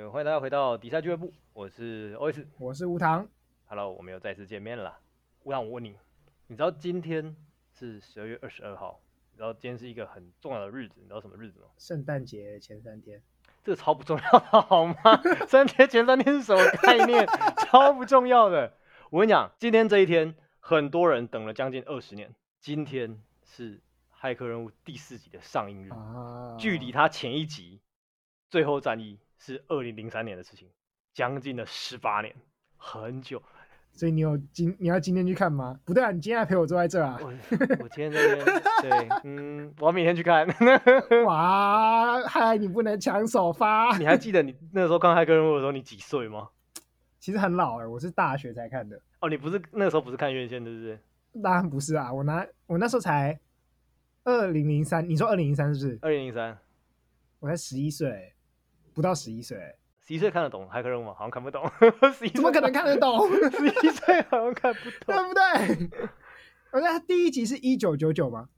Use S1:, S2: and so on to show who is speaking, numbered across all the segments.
S1: 呃，欢迎大家回到迪赛俱乐部，我是 OS。
S2: 我是无糖，
S1: Hello，我们又再次见面了啦。我让我问你，你知道今天是十二月二十二号，你知道今天是一个很重要的日子，你知道什么日子吗？
S2: 圣诞节前三天，
S1: 这个超不重要的 好吗？三天前三天是什么概念？超不重要的。我跟你讲，今天这一天，很多人等了将近二十年。今天是《骇客任务》第四集的上映日，
S2: 啊
S1: 距离它前一集《最后战役》是二零零三年的事情，将近了十八年，很久。
S2: 所以你有今你要今天去看吗？不对啊，你今天还陪我坐在 这啊！
S1: 我我今天这边 对，嗯，我要明天去看。
S2: 哇，害你不能抢首发。
S1: 你还记得你那时候看《骇客任务》的时候，你几岁吗？
S2: 其实很老哎、我是大学才看的。
S1: 哦，你不是那个时候不是看院线，对不对？
S2: 当然不是啊，我拿我那时候才二零零三，你说二零零三是不是？
S1: 二零零三，
S2: 我才十一岁，不到十一岁，
S1: 十一岁看得懂《骇客任务》吗？好像看不懂，11
S2: 怎么可能看得懂？
S1: 十一岁好像看不懂，
S2: 对不对？我在第一集是一九九九吗？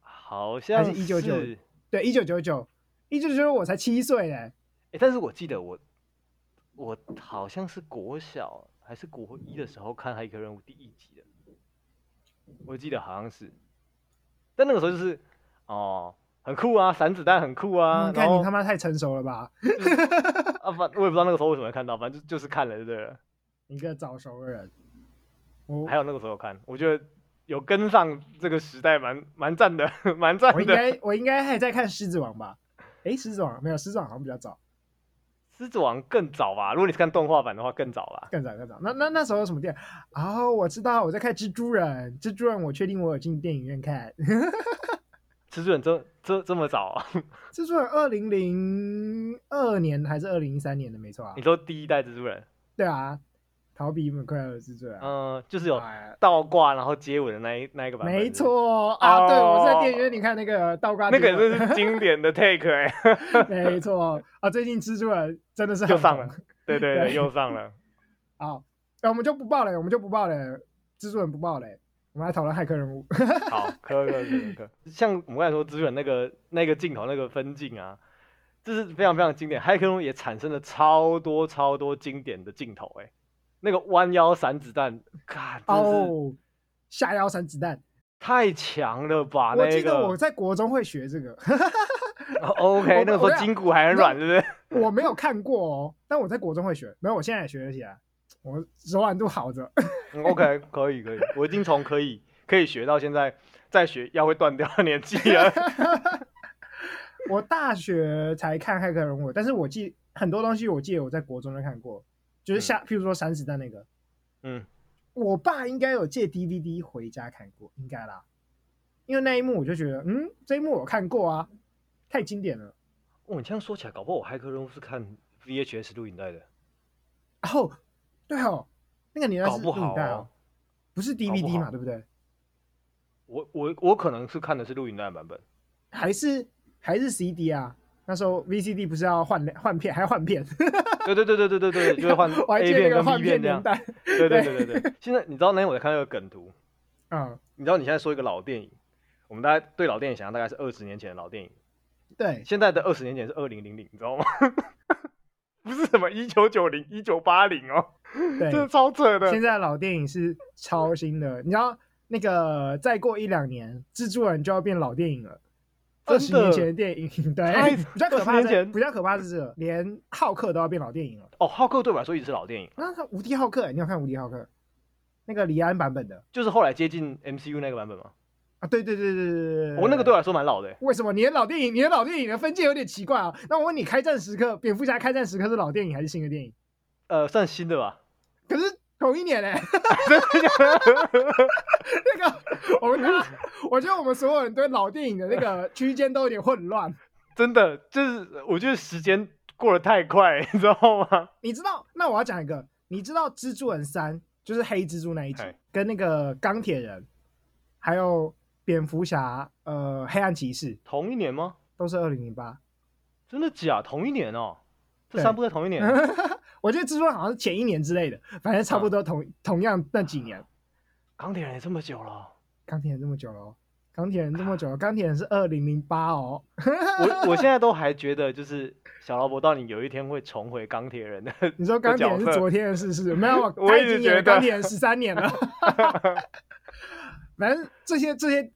S1: 好像
S2: 还是1999
S1: 是
S2: 对，一九九九，一九九九我才七岁哎，
S1: 诶但是我记得我我好像是国小还是国一的时候看《骇客任务》第一集的，我记得好像是。但那个时候就是哦，很酷啊，散子弹很酷啊，
S2: 你
S1: 然
S2: 嗯看你
S1: 后
S2: 他妈太成熟了吧，
S1: 啊，反我也不知道那个时候为什么会看到，反正就就是看了，对了。
S2: 一个早熟的人。我
S1: 还有那个时候看，我觉得有跟上这个时代蛮，蛮赞的， 蛮赞
S2: 我应
S1: 的。
S2: 该我应该还在看《狮子王》吧？诶，狮子王》没有，《狮子王》好像比较早，
S1: 狮子王更早吧？如果你是看动画版的话，更早吧。
S2: 更早更早。那那那时候有什么电影？哦，我知道，我在看《蜘蛛人》，《蜘蛛人》我确定我有进电影院看， 《
S1: 蜘蛛人这这这么早、啊？
S2: 蜘蛛人》二零零二年还是二零一三年的，没错啊
S1: 你。说第一代蜘蛛人，
S2: 对啊，逃避很快乐的蜘蛛人啊。
S1: 嗯、就是有
S2: 哎
S1: 倒挂然后接吻的那一那一个版本。
S2: 没
S1: 是不是，
S2: 错啊，对，我是在电影院
S1: 哦
S2: 里看那个倒挂
S1: 那
S2: 蜘
S1: 个
S2: 蛛人，
S1: 真是经典的 take 哎、
S2: 没错啊。最近蜘蛛人真的是
S1: 就
S2: 很
S1: 上
S2: 红
S1: 了对对对，
S2: 对
S1: 又上了。
S2: 好，啊那我们就不爆雷，我们就不爆雷，蜘蛛人不爆雷，我们来讨论骇客人物。
S1: 好，可以可以可以可以。像我们刚才说，蜘蛛人那个那个镜头那个分镜啊，这是非常非常经典。骇客中也产生了超多超多经典的镜头、欸，哎，那个弯腰闪子弹，嘎，真的是
S2: 哦，下腰闪子弹，
S1: 太强了吧？
S2: 我
S1: 那
S2: 记得
S1: 个
S2: 我在国中会学这个，
S1: 哦 OK，
S2: 我
S1: 那个时候
S2: 我跟你讲
S1: 筋骨还很软，对不对？
S2: 我没有看过哦，但我在国中会学，没有，我现在也学得起来，我柔软度好着。
S1: 嗯 OK，可以可以，我已经从可以可以学到现在，再学要会断掉的年纪了。
S2: 我大学才看骇客人物，但是我记很多东西，我记得我在国中就看过，就是下，譬如说闪子弹那个，
S1: 嗯，
S2: 我爸应该有借 DVD 回家看过，应该啦，因为那一幕我就觉得，嗯，这一幕我看过啊，太经典了。
S1: 哦，你这样说起来，搞不好我骇客任务是看 VHS 录影带的，
S2: 然后，对哦，那个年代
S1: 搞
S2: 是
S1: 不
S2: 录
S1: 好
S2: 影带
S1: 哦
S2: 哦，。不是
S1: 不
S2: DVD
S1: 好
S2: 嘛，对不对？
S1: 我我我可能是看的是录影带版本，
S2: 还是还是 CD 啊？那时候 VCD 不是要换换片，还要换片，
S1: 对对对对对对对，就会换
S2: 我还
S1: A
S2: 记得
S1: 片
S2: 那个
S1: 跟
S2: 换
S1: B
S2: 片
S1: 片这
S2: 年
S1: 样。
S2: 代。
S1: 对对对对对。现在你知道那天我在看那个梗图，
S2: 嗯，
S1: 你知道你现在说一个老电影，我们大家对老电影想象大概是二十年前的老电影，
S2: 对，
S1: 现在的二十年前是二零零零，你知道吗？ 不是什么一九九零、一九八零哦，
S2: 对
S1: 真的超扯
S2: 现
S1: 的。
S2: 在老电影是超新的，你知道那个再过一两年，蜘蛛人就要变老电影了。
S1: 真的
S2: 二十年前的电影，
S1: 太
S2: 对，比较可
S1: 20
S2: 怕
S1: 年
S2: 的，
S1: 前
S2: 比较可怕的是这个，连浩克都要变老电影了。啊
S1: 哦，浩克对我来说一直是老电影，
S2: 那他无敌浩克、你有看无敌浩克？那个李安版本的
S1: 就是后来接近 MCU 那个版本嘛。
S2: 啊？对对对对对对对，
S1: 我、那个对我来说蛮老的、
S2: 为什么你的老电影，你的老电影的分界有点奇怪啊？那我问你，《开战时刻》蝙蝠侠《开战时刻》是老电影还是新的电影？
S1: 呃，算新的吧。
S2: 可是同一年嘞、 那个我们大家，我觉得我们所有人对老电影的那个区间都有点混乱。
S1: 真的，就是我觉得时间过得太快， 你知道吗？
S2: 你知道？那我要讲一个，你知道《蜘蛛人三》就是黑蜘蛛那一集
S1: 嗨，
S2: 跟那个钢铁人，还有蝙蝠侠，呃，黑暗骑士
S1: 同一年吗？
S2: 都是二零零八。
S1: 真的假？同一年哦，这
S2: 对
S1: 三部在同一 年
S2: 我觉得蜘蛛人好像是前一年之类的，反正
S1: 嗯啊
S2: 差不多同、同样那几年。
S1: 钢铁人也这么久了，
S2: 钢铁人这么久了、哦，钢铁人这么久，钢铁人是二零零八哦。
S1: 我我现在都还觉得，就是小劳勃到你有一天会重回钢铁人的。
S2: 你说钢铁人是昨天的事是？没有，
S1: 我
S2: 他已
S1: 一直
S2: 经演
S1: 觉得
S2: 了钢铁人十三 年了。 反正这些这些，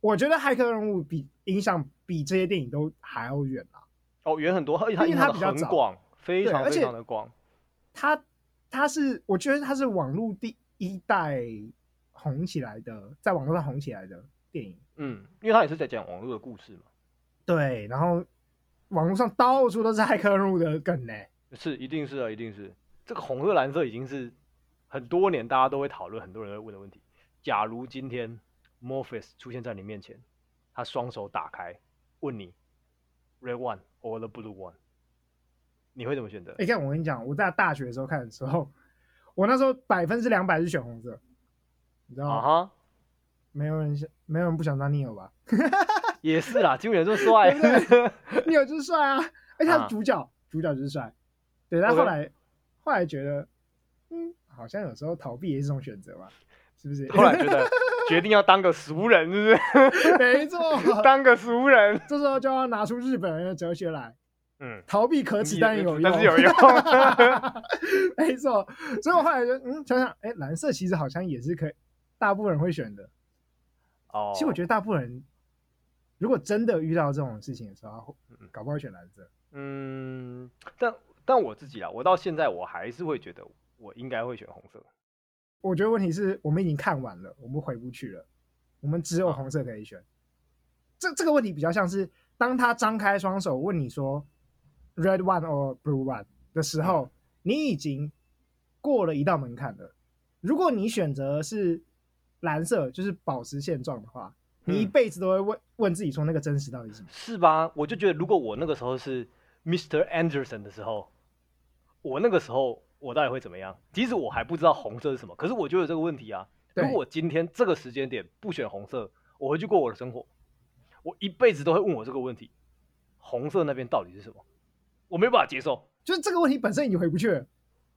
S2: 我觉得骇客任务比影响比这些电影都还要远啊。
S1: 哦，远很多，而且
S2: 因为
S1: 影
S2: 它
S1: 响的
S2: 比较
S1: 很
S2: 早
S1: 广，非
S2: 对
S1: 常
S2: 而
S1: 非
S2: 且
S1: 常的广。
S2: 他他是我觉得他是网络第一代红起来的，在网络上红起来的电影。
S1: 嗯，因为他也是在讲网络的故事嘛，
S2: 对，然后网络上到处都是骇客任务的梗呢、
S1: 是一定是啊，一定是这个红色蓝色已经是很多年大家都会讨论，很多人会问的问题。假如今天 Morpheus 出现在你面前，他双手打开，问你 Red One or the Blue One，你会怎么选择
S2: 哎、？看我跟你讲，我在大学的时候看的时候，我那时候百分之两百是选红色，你知道
S1: 啊
S2: 吗？
S1: 哈，
S2: 没有人想，没有人不想当 Neo 吧
S1: 也是啦，金元就帅，
S2: ？Neo 就是帅啊，而且他
S1: 啊
S2: 是主角，主角就是帅。对，但
S1: OK
S2: 后来后来觉得，嗯，好像有时候逃避也是一种选择吧，是不是？
S1: 后来觉得决定要当个俗人，是
S2: 没 错，
S1: 不是？当个俗人，
S2: 这时候就要拿出日本人的哲学来，
S1: 嗯，
S2: 逃避可耻但有用，
S1: 但是有用
S2: 没错。所以我后来就嗯想想，哎、蓝色其实好像也是可以，大部分人会选的。
S1: 哦，
S2: 其实我觉
S1: 得，
S2: 得大部分人如果真的遇到这种事情的时候
S1: 嗯，
S2: 搞不好会选蓝色。
S1: 嗯，但但我自己啦，我到现在我还是会觉得我应该会选红色。
S2: 我觉得问题是我们已经看完了，我们回不去了，我们只有
S1: 哦
S2: 红色可以选。这这个问题比较像是，当他张开双手问你说 “red one” or “blue one” 的时
S1: 嗯
S2: 候，你已经过了一道门槛了。如果你选择是蓝色，就是保持现状的话，你一
S1: 嗯
S2: 辈子都会问问自己说那个真实到底是什么。
S1: 是吧？我就觉得，如果我那个时候是 Mr. Anderson 的时候，我那个时候我到底会怎么样？即使我还不知道红色是什么，可是我就有这个问题啊。
S2: 对
S1: 如果我今天这个时间点不选红色，我回去过我的生活，我一辈子都会问我这个问题：红色那边到底是什么？我没有办法接受。
S2: 就是这个问题本身已经回不去了。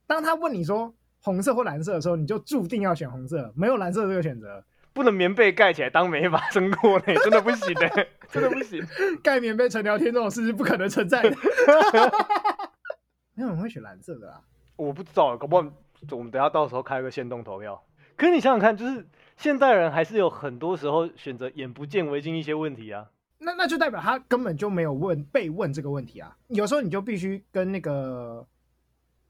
S2: 当他问你说红色或蓝色的时候，你就注定要选红色，没有蓝色这个选择。
S1: 不能棉被盖起来当 没发生过呢，真的不行的、真的不行。
S2: 盖棉被纯聊天这种事是不可能存在的。 没有人会选蓝色的啊！
S1: 我不知道，搞不好我们等下到时候开个限动投票。可是你想想看，就是现代人还是有很多时候选择眼不见为净一些问题啊。
S2: 那那就代表他根本就没有问被问这个问题啊！有时候你就必须跟那个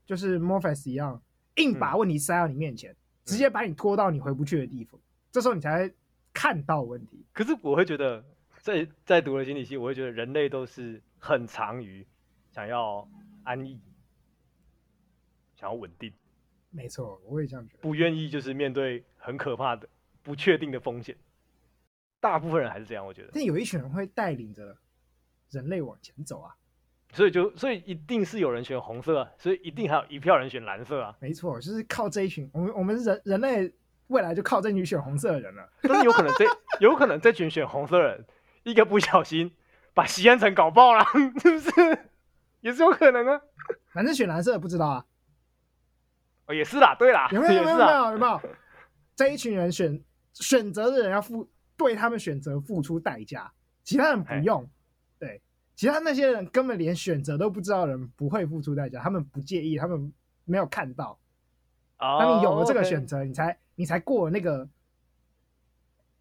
S2: 就是 Morpheus 一样，硬把问题塞到你面前，直接把你拖到你回不去的地方，这时候你才会看到问题。
S1: 可是我会觉得，在在读了心理系，我会觉得人类都是很长于想要安逸，想要稳定，
S2: 没错，我也这样觉得。
S1: 不愿意就是面对很可怕的不确定的风险。大部分人还是这样，我觉得。
S2: 但有一群人会带领着人类往前走啊！
S1: 所以就所以一定是有人选红色啊，所以一定还有一票人选蓝色啊。
S2: 没错，就是靠这一群，我们我们人人类未来就靠这群选红色的人了。
S1: 但是有可能这有可能这群选红色的人一个不小心把西安城搞爆了， 是不是？也是有可能啊。
S2: 反正选蓝色的不知道啊，
S1: 哦，也是啦，对 啦，
S2: 有没有有
S1: 也
S2: 没有有
S1: 是
S2: 没
S1: 啊。
S2: 有有没有？这一群人选选择的人要付对他们选择付出代价，其他人不用。
S1: 哎
S2: 对，其他那些人根本连选择都不知道的人不会付出代价，他们不介意，他们没有看到。
S1: 哦
S2: 当你有了这个
S1: OK
S2: 选择，你才你才过了那个。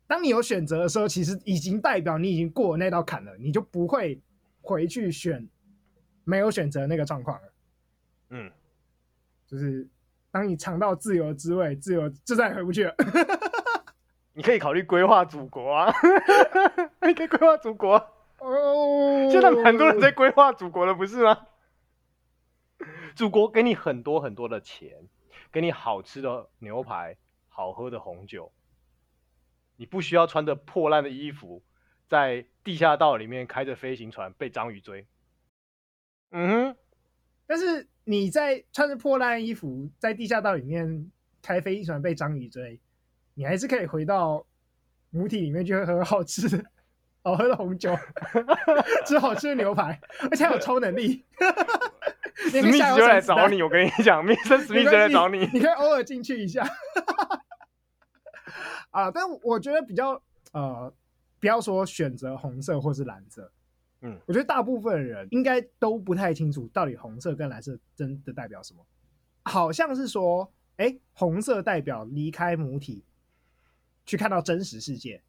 S2: 当你有选择的时候，其实已经代表你已经过了那道坎了，你就不会回去选没有选择那个状况了。
S1: 嗯，
S2: 就是当你尝到自由的滋味，自由就再也回不去了。
S1: 你可以考虑规划祖国啊， 你可以规划祖国。
S2: 哦，
S1: 现在很多人在规划祖国了，不是吗？ 祖国给你很多很多的钱，给你好吃的牛排、好喝的红酒，你不需要穿着破烂的衣服，在地下道里面开着飞行船被章鱼追。嗯哼，
S2: 但是你在穿着破烂衣服在地下道里面开飞一船被章鱼追，你还是可以回到母体里面去喝好吃的、 好喝的红酒， 吃好吃的牛排，而且还有超 能力。
S1: 史
S2: 你可
S1: 密
S2: 以下
S1: 斯
S2: 游
S1: 就来
S2: 闪子弹
S1: 找你，我跟你讲， 密斯史密
S2: 没
S1: 斯就来
S2: 关系
S1: 找你。
S2: 你可以偶尔进 去一下。啊，但我觉得比较呃，不要说选择红色或是蓝色，
S1: 嗯，
S2: 我觉得大部分人应该都不太清楚到底红色跟蓝色真的代表什么，好像是说，哎，红色代表离开母体，去看到真实世界，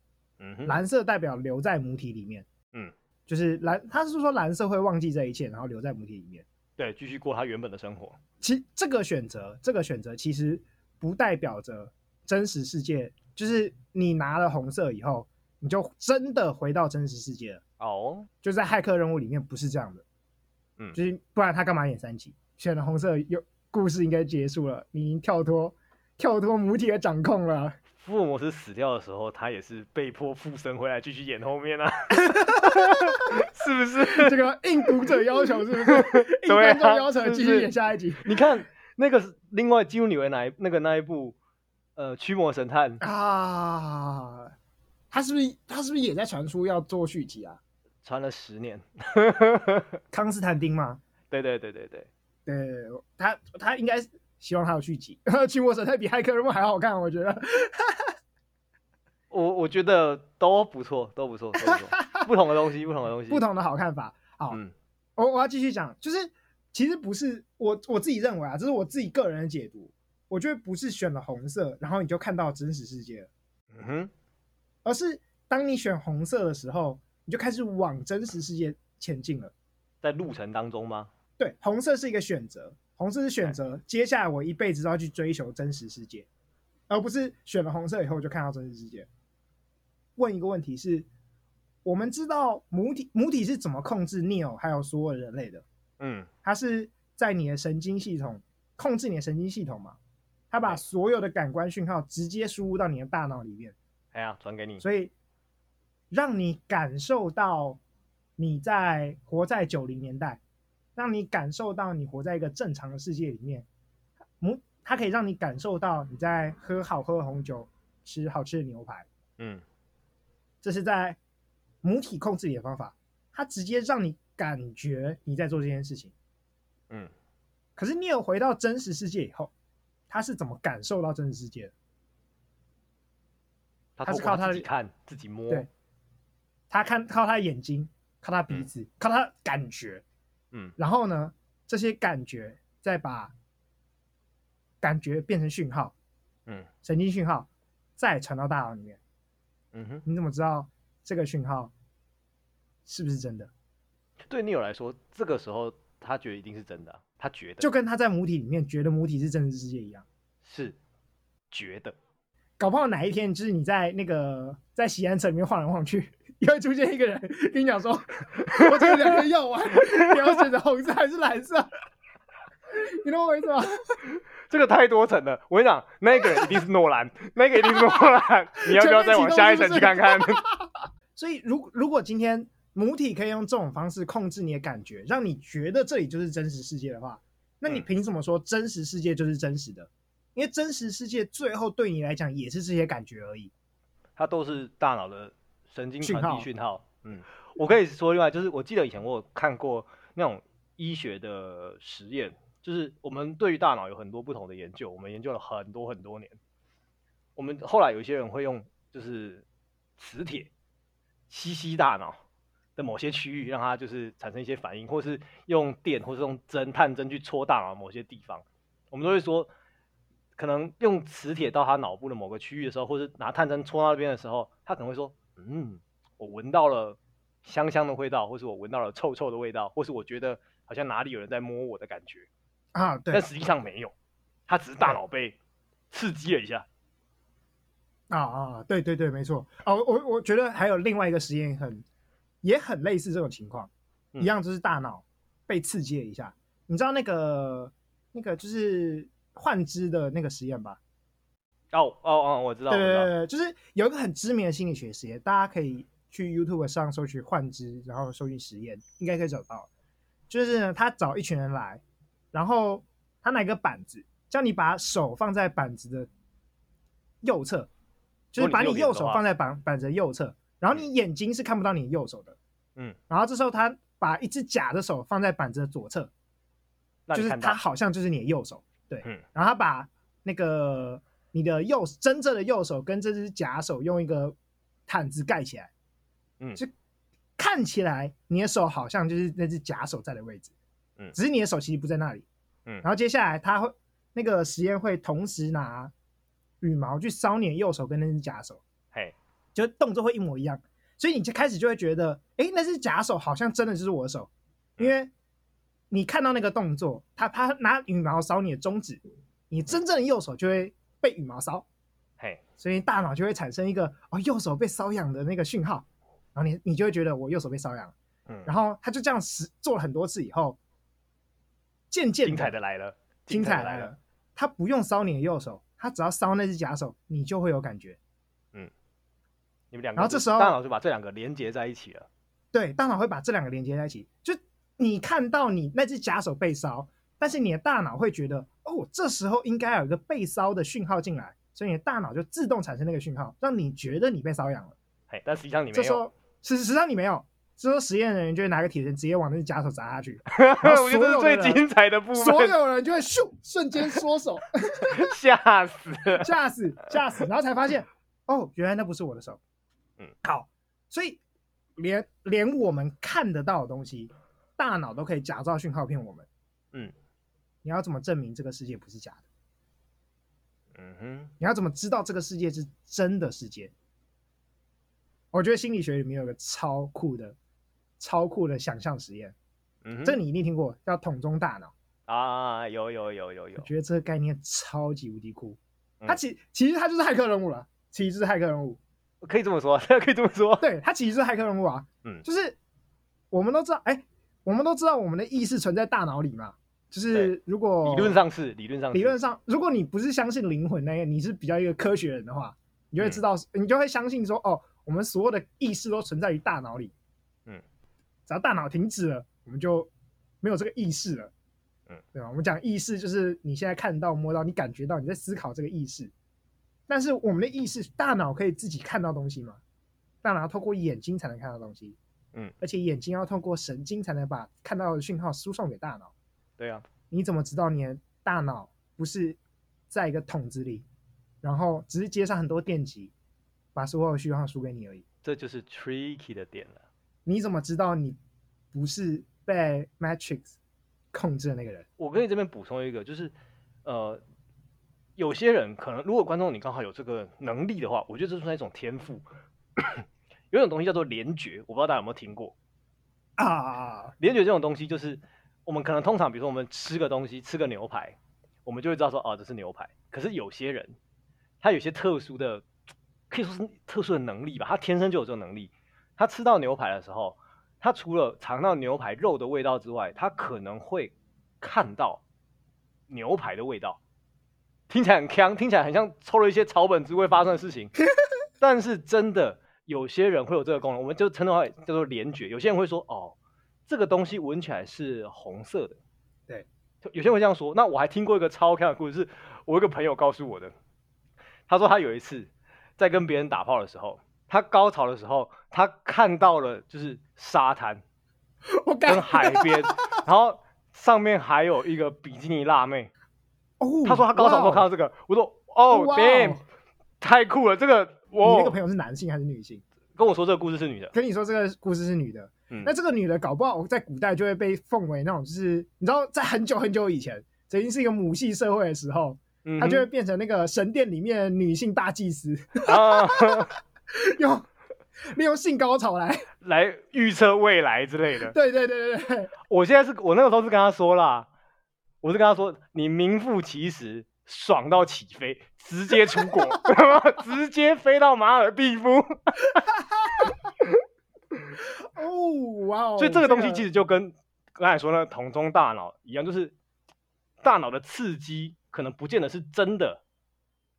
S1: 嗯哼，
S2: 蓝色代表留在母体里面，
S1: 嗯，
S2: 就是蓝，他是说蓝色会忘记这一切，然后留在母体里面。
S1: 对，继续过他原本的生活。
S2: 其这个选择，这个选择其实不代表着真实世界，就是你拿了红色以后，你就真的回到真实世界了。
S1: 哦，
S2: 就在骇客任务里面不是这样的，
S1: 嗯
S2: 就是不然他干嘛演三集？选了红色，有故事应该结束了，你已经跳脱跳脱母体的掌 控了。
S1: 福尔摩斯死掉的时候，他也是被迫附身回来继续演后 面啊，是不是？
S2: 这个应读者要求 是不是？应
S1: 对啊
S2: 观众要求
S1: 是不
S2: 继
S1: 是
S2: 续演下一集
S1: 你看那个是另外进入纽约哪一那个那一部呃驱魔神探
S2: 啊？他是不是他是不是也在传出要做续集啊？
S1: 传了十年，
S2: 康斯坦丁吗？
S1: 对对对对对，
S2: 对，他他应该是希望他有续集， 《驱魔神探》比《骇客任务》还好看，我觉得。
S1: 我我觉得都不错，都不错，都不错， 不同的东西，不同的东西，
S2: 不，同的好看法。好，
S1: 嗯
S2: 我我要继续讲，就是其实不是我我自己认为啊，这是我自己个人的解读。我觉得不是选了红色，然后你就看到真实世界了，
S1: 嗯哼，
S2: 而是当你选红色的时候，你就开始往真实世界前进了。
S1: 在路程当中吗？
S2: 对，红色是一个选择，红色是选择，接下来我一辈子都要去追求真实世界，而不是选了红色以后就看到真实世界。问一个问题是，我们知道母体母体是怎么控制 Neo 还有所有人类的？
S1: 嗯，
S2: 它是在你的神经系统控制你的神经系统嘛？它把
S1: 对
S2: 所有的感官讯号直接输入到你的大脑里面，
S1: 哎呀，传给你，
S2: 所以让你感受到你在活在九零年代，让你感受到你活在一个正常的世界里面。母，它可以让你感受到你在喝好喝的红酒，吃好吃的牛排，
S1: 嗯，
S2: 这是在母体控制你的方法。它直接让你感觉你在做这件事情。
S1: 嗯，
S2: 可是你有回到真实世界以后，它是怎么感受到真实世界的？
S1: 他
S2: 他是
S1: 透过
S2: 靠他的
S1: 自己看，自己摸，
S2: 对它看靠它的眼睛，靠它鼻
S1: 嗯
S2: 子，靠它的感觉，
S1: 嗯
S2: 然后呢，这些感觉再把感觉变成讯号，
S1: 嗯
S2: 神经讯号，再传到大脑里面。
S1: 嗯哼。
S2: 你怎么知道这个讯号是不是真的？
S1: 对 Neo 来说，这个时候他觉得一定是真的啊，他觉得
S2: 就跟他在母体里面觉得母体是真实世界一样。
S1: 是觉得，
S2: 搞不好哪一天就是你在那个在洗安城里面晃来晃去，也会出现一个人跟你讲说：“我这个两个药丸，你要选择红色还是蓝色？” 你懂我意思吗？
S1: 这个太多层了。我跟你讲，那个人一定是诺 兰，那个一定是诺兰。你要不要再往下一层去看看？
S2: 所以如如果今天母体可以用这种方式控制你的感觉，让你觉得这里就是真实世界的话，那你
S1: 嗯
S2: 凭什么说真实世界就是真实的？因为真实世界最后对你来讲也是这些感觉而已。
S1: 它都是大脑的神经传
S2: 讯号
S1: 递讯号。嗯，我可以说另外就是，我记得以前我有看过那种医学的实验，就是我们对于大脑有很多不同的研究，我们研究了很多很多年。我们后来有一些人会用就是磁铁吸吸大脑的某些区域，让它就是产生一些反应，或是用电，或是用针探针去戳大脑某些地方。我们都会说，可能用磁铁到他脑部的某个区域的时候，或是拿探针戳到那边的时候，他可能会说：“嗯，我闻到了香香的味道，或是我闻到了臭臭的味道，或是我觉得好像哪里有人在摸我的感觉。”
S2: 啊，对
S1: 但实际上没有，他只是大脑被刺激了一下。
S2: 啊啊，对对对，没错。哦，我我觉得还有另外一个实验很也很类似这种情况，
S1: 嗯
S2: 一样就是大脑被刺激了一下。你知道那个那个就是幻肢的那个实验吧？
S1: 哦哦哦，我知道，我
S2: 对
S1: 知
S2: 对
S1: 道。
S2: 对，就是有一个很知名的心理学实验，大家可以去 YouTube 上搜取幻肢，然后搜寻实验，应该可以找到。就是呢，他找一群人来，然后他拿一个板子，叫你把手放在板子的右侧，就是把
S1: 如
S2: 你
S1: 果你是右边
S2: 右
S1: 的
S2: 手
S1: 话
S2: 放在板板子的右侧，然后你眼睛是看不到你右手的。
S1: 嗯，
S2: 然后这时候他把一只假的手放在板子的左侧，
S1: 那
S2: 就
S1: 你
S2: 是
S1: 看到
S2: 他，好像就是你的右手，对，
S1: 嗯
S2: 然后他把那个你的右真正的右手跟这只假手用一个毯子盖起来，
S1: 嗯
S2: 就看起来你的手好像就是那只假手在的位置，
S1: 嗯
S2: 只是你的手其实不在那里，
S1: 嗯
S2: 然后接下来他会那个实验会同时拿羽毛去烧你的右手跟那只假手，
S1: 嘿，
S2: 就动作会一模一样，所以你就开始就会觉得，哎，那只假手好像真的就是我的手，因为你看到那个动作，他他拿羽毛烧你的中指，你真正的右手就会被羽毛烧，
S1: 嘿，
S2: 所以大脑就会产生一个哦右手被瘙痒的那个讯号，然后你你就会觉得我右手被瘙痒了，
S1: 嗯，
S2: 然后他就这样实做了很多次以后，渐渐
S1: 精彩的来了，
S2: 精彩
S1: 的
S2: 来
S1: 来
S2: 了，，他不用烧你的右手，他只要烧那只假手，你就会有感觉。
S1: 你们两个就，
S2: 然后这时候
S1: 大脑就把这两个连接在一起了，
S2: 对，大脑会把这两个连接在一起。就你看到你那只假手被烧，但是你的大脑会觉得，哦，这时候应该有一个被烧的讯号进来，所以你的大脑就自动产生那个讯号，让你觉得你被瘙痒了。
S1: 嘿，但实际上你没
S2: 这时
S1: 有，
S2: 候，实实际上你没有。这时候实验人员就会拿个铁锨直接往那只假手砸 下去，然后
S1: 我觉
S2: 所
S1: 得这
S2: 有
S1: 是最
S2: 的
S1: 精
S2: 人，
S1: 彩的部
S2: 所
S1: 分，
S2: 有人就会咻瞬间缩手，
S1: 吓死了，
S2: 吓死吓死，然后才发现哦，原来那不是我的手。
S1: 嗯，
S2: 好，所以连连我们看得到的东西，大脑都可以假造讯号骗我们。
S1: 嗯，
S2: 你要怎么证明这个世界不是假的？
S1: 嗯哼，
S2: 你要怎么知道这个世界是真的世界？我觉得心理学里面有个超酷的、超酷的想象实验，
S1: 嗯哼，
S2: 这个你一定听过，叫桶中大脑。
S1: 啊，有有有有有
S2: 我，觉得这个概念超级无敌酷。
S1: 嗯
S2: 它其其实它就是骇客任务了，其实就是骇客任务。
S1: 可以这么说， 可以这么说，
S2: 对，它其实是骇客任务啊。
S1: 嗯
S2: 就是我们都知道，哎、我们都知道我们的意识存在大脑里嘛。就是如果
S1: 理论上是，哦理论上是，
S2: 理论上，如果你不是相信灵魂那个，你是比较一个科学人的话，你就会
S1: 嗯
S2: 知道，你就会相信说，哦，我们所有的意识都存在于大脑里。
S1: 嗯，
S2: 只要大脑停止了，我们就没有这个意识了。
S1: 嗯，
S2: 对吧？我们讲意识就是你现在看到、摸到、你感觉到你在思考这个意识，但是我们的意识，大脑可以自己看到东西嘛？大脑要透过眼睛才能看到东西。
S1: 嗯，
S2: 而且眼睛要透过神经才能把看到的讯号输送给大脑。
S1: 对啊，
S2: 你怎么知道你的大脑不是在一个桶子里，然后只是接上很多电极，把所有的讯号输给你而已？
S1: 这就是 tricky 的点了，
S2: 你怎么知道你不是被 Matrix 控制的那个人？
S1: 我跟你这边补充一个，就是呃，有些人可能如果观众你刚好有这个能力的话，我觉得这算一种天赋。 有一种东西叫做联觉，我不知道大家有没有听过。
S2: 啊，
S1: 联觉这种东西，就是我们可能通常，比如说我们吃个东西，吃个牛排，我们就会知道说，哦，这是牛排。可是有些人，他有些特殊的，可以说是特殊的能力吧，他天生就有这种能力。他吃到牛排的时候，他除了尝到牛排肉的味道之外，他可能会看到牛排的味道。听起来很坑，听起来很像抽了一些草本植物会发生的事情，但是真的有些人会有这个功能，我们就称的话叫做联觉。有些人会说，哦，这个东西闻起来是红色的。
S2: 对
S1: 就，有些人会这样说。那我还听过一个超漂亮的故事，是我有一个朋友告诉我的。他说他有一次在跟别人打炮的时候，他高潮的时候，他看到了就是沙 滩
S2: 我感
S1: 跟海边，然后上面还有一个比基尼辣妹。
S2: 哦，
S1: 他说他高潮的时候看到
S2: 哇
S1: 这个，我说哦、
S2: 哇哦
S1: damn，太酷了！这个
S2: 你
S1: 我
S2: 那个朋友是男性还是女性？
S1: 跟我说这个故事是女的，
S2: 跟你说这个故事是女的，
S1: 嗯
S2: 那这个女的搞不好在古代就会被奉为那种，就是你知道，在很久很久以前，曾经是一个母系社会的时候，
S1: 嗯
S2: 她
S1: 哼
S2: 就会变成那个神殿里面的女性大祭司，
S1: 啊
S2: 用 利用性高潮来，
S1: 来预测未来之类的。
S2: 对对对对对，
S1: 我现在是我那个时候是跟他说啦，我是跟他说你名副其实，爽到起飞，直接出国， 直接飞到马尔蒂夫。
S2: 哦哇哦！
S1: 所以这个东西其实就跟刚才说那个桶中大脑一样，就是大脑的刺激可能不见得是真的，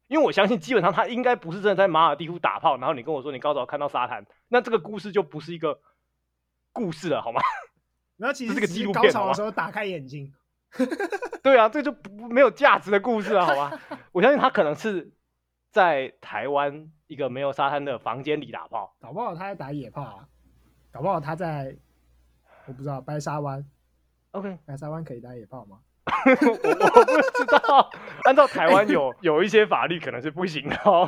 S1: 因为我相信基本上他应该不是真的在马尔蒂夫打炮，然后你跟我说你高潮看到沙滩，那这个故事就不是一个故事了，好吗？
S2: 然后其实
S1: 这是个
S2: 只
S1: 纪录
S2: 高
S1: 片
S2: 潮
S1: 好吗
S2: 的时候打开眼睛，
S1: 对啊，这就不不没有价值的故事啊了，好 吧？我相信他可能是在台湾一个没有沙滩的房间里打炮，
S2: 搞不好他在打野炮啊，搞不好他在我不知道白沙湾，
S1: OK，
S2: 白沙湾可以打野炮吗？
S1: 我我不知 道，按照台湾有有一些法律可能是不行的哦。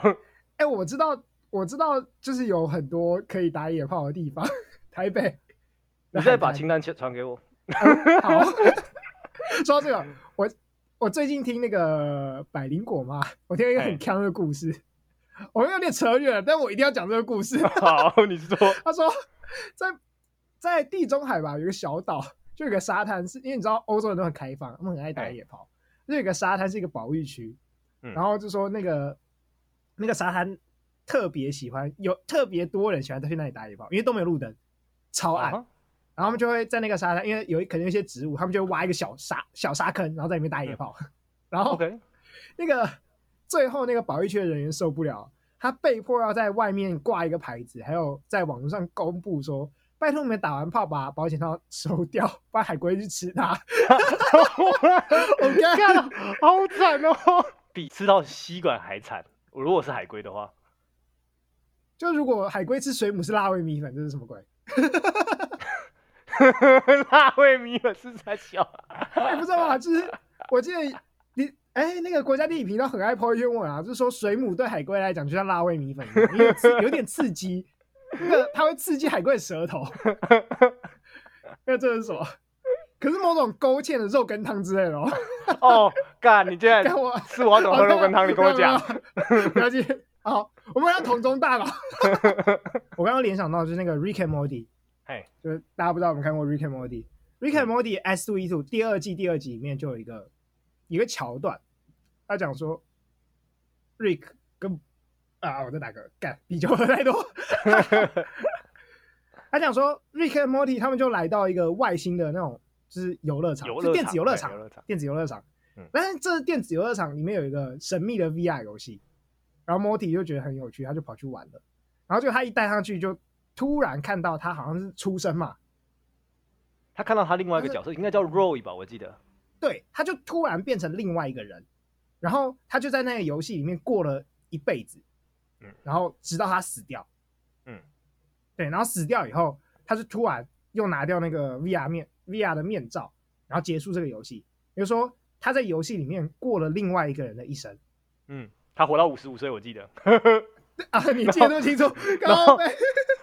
S2: 哎，我知道我知道就是有很多可以打野炮的地方， 台 北。
S1: 你再把清单传传给我。
S2: 好，说到这个，我我最近听那个百灵果嘛，我听了一个
S1: 哎
S2: 很强的故事，我们有点扯远了，但我一定要讲这个故事。
S1: 好，你说，
S2: 他说在在地中海吧，有一个小岛，就有一个沙滩，是因为你知道欧洲人都很开放，他们很爱打
S1: 哎
S2: 野炮，就有一个沙滩是一个保育区，
S1: 嗯
S2: 然后就说那个那个沙滩特别喜欢，有特别多人喜欢去那里打野炮，因为都没有路灯，超
S1: 啊
S2: 暗。
S1: 哈
S2: 然后他们就会在那个沙滩，因为有一可能有一些植物，他们就会挖一个小沙小沙坑，然后在里面打野炮。 然后
S1: 嗯，OK，
S2: 那个最后那个保育区的人员受不了，他被迫要在外面挂一个牌子，还有在网络上公布说：“拜托你们打完炮把保险套收掉，不然海龟去吃它。”OK，
S1: 干 好惨 哦，比吃到吸管还惨。我如果是海龟的话，
S2: 就如果海龟吃水母是辣味米粉，这是什么鬼？
S1: 辣味米粉是在笑啊。
S2: 哎，不知道啊，就是我记得你哎，那个国家地理频道很爱抛一些问啊，就是说水母对海龟来讲就像辣味米粉一样，因为刺有点刺激，那个它会刺激海龟的舌头。那这是什么？可是某种勾芡的肉羹汤之类的哦。
S1: 哦，干，你竟然
S2: 跟我
S1: 是我要怎么喝肉羹汤？你跟我讲。
S2: 没有，没有没有不要紧。 好，我们要桶中 大佬。我刚刚联想到就是那个 Rick and Morty，
S1: 嘿，
S2: 就是大家不知道有没有看过 Rick and Morty。Rick and Morty S Two E Two 第二季第二集里面就有一个一个桥段，他讲说 Rick 跟啊，我再打个干，啤酒喝 太多。他讲说 Rick and Morty 他们就来到一个外星的那种就是游乐场，
S1: 游乐
S2: 就电子游乐
S1: 对
S2: 场
S1: 游乐场，
S2: 电子游乐场
S1: 嗯。
S2: 但是这电子游乐场里面有一个神秘的 VR 游戏，然后 Morty 就觉得很有趣，他就跑去玩了。然后就他一戴上去，就突然看到他好像是出生嘛，
S1: 他看到他另外一个角色，应该叫 Roy 吧，我记得。
S2: 对，他就突然变成另外一个人，然后他就在那个游戏里面过了一辈子，
S1: 嗯
S2: 然后直到他死掉，
S1: 嗯，
S2: 对，然后死掉以后，他就突然又拿掉那个 VR 面 VR 的面罩，然后结束这个游戏，也就是说他在游戏里面过了另外一个人的一生
S1: 嗯，他活到五十五岁，我记得。
S2: 啊， 你记得那么清楚，
S1: 然后
S2: 高飞，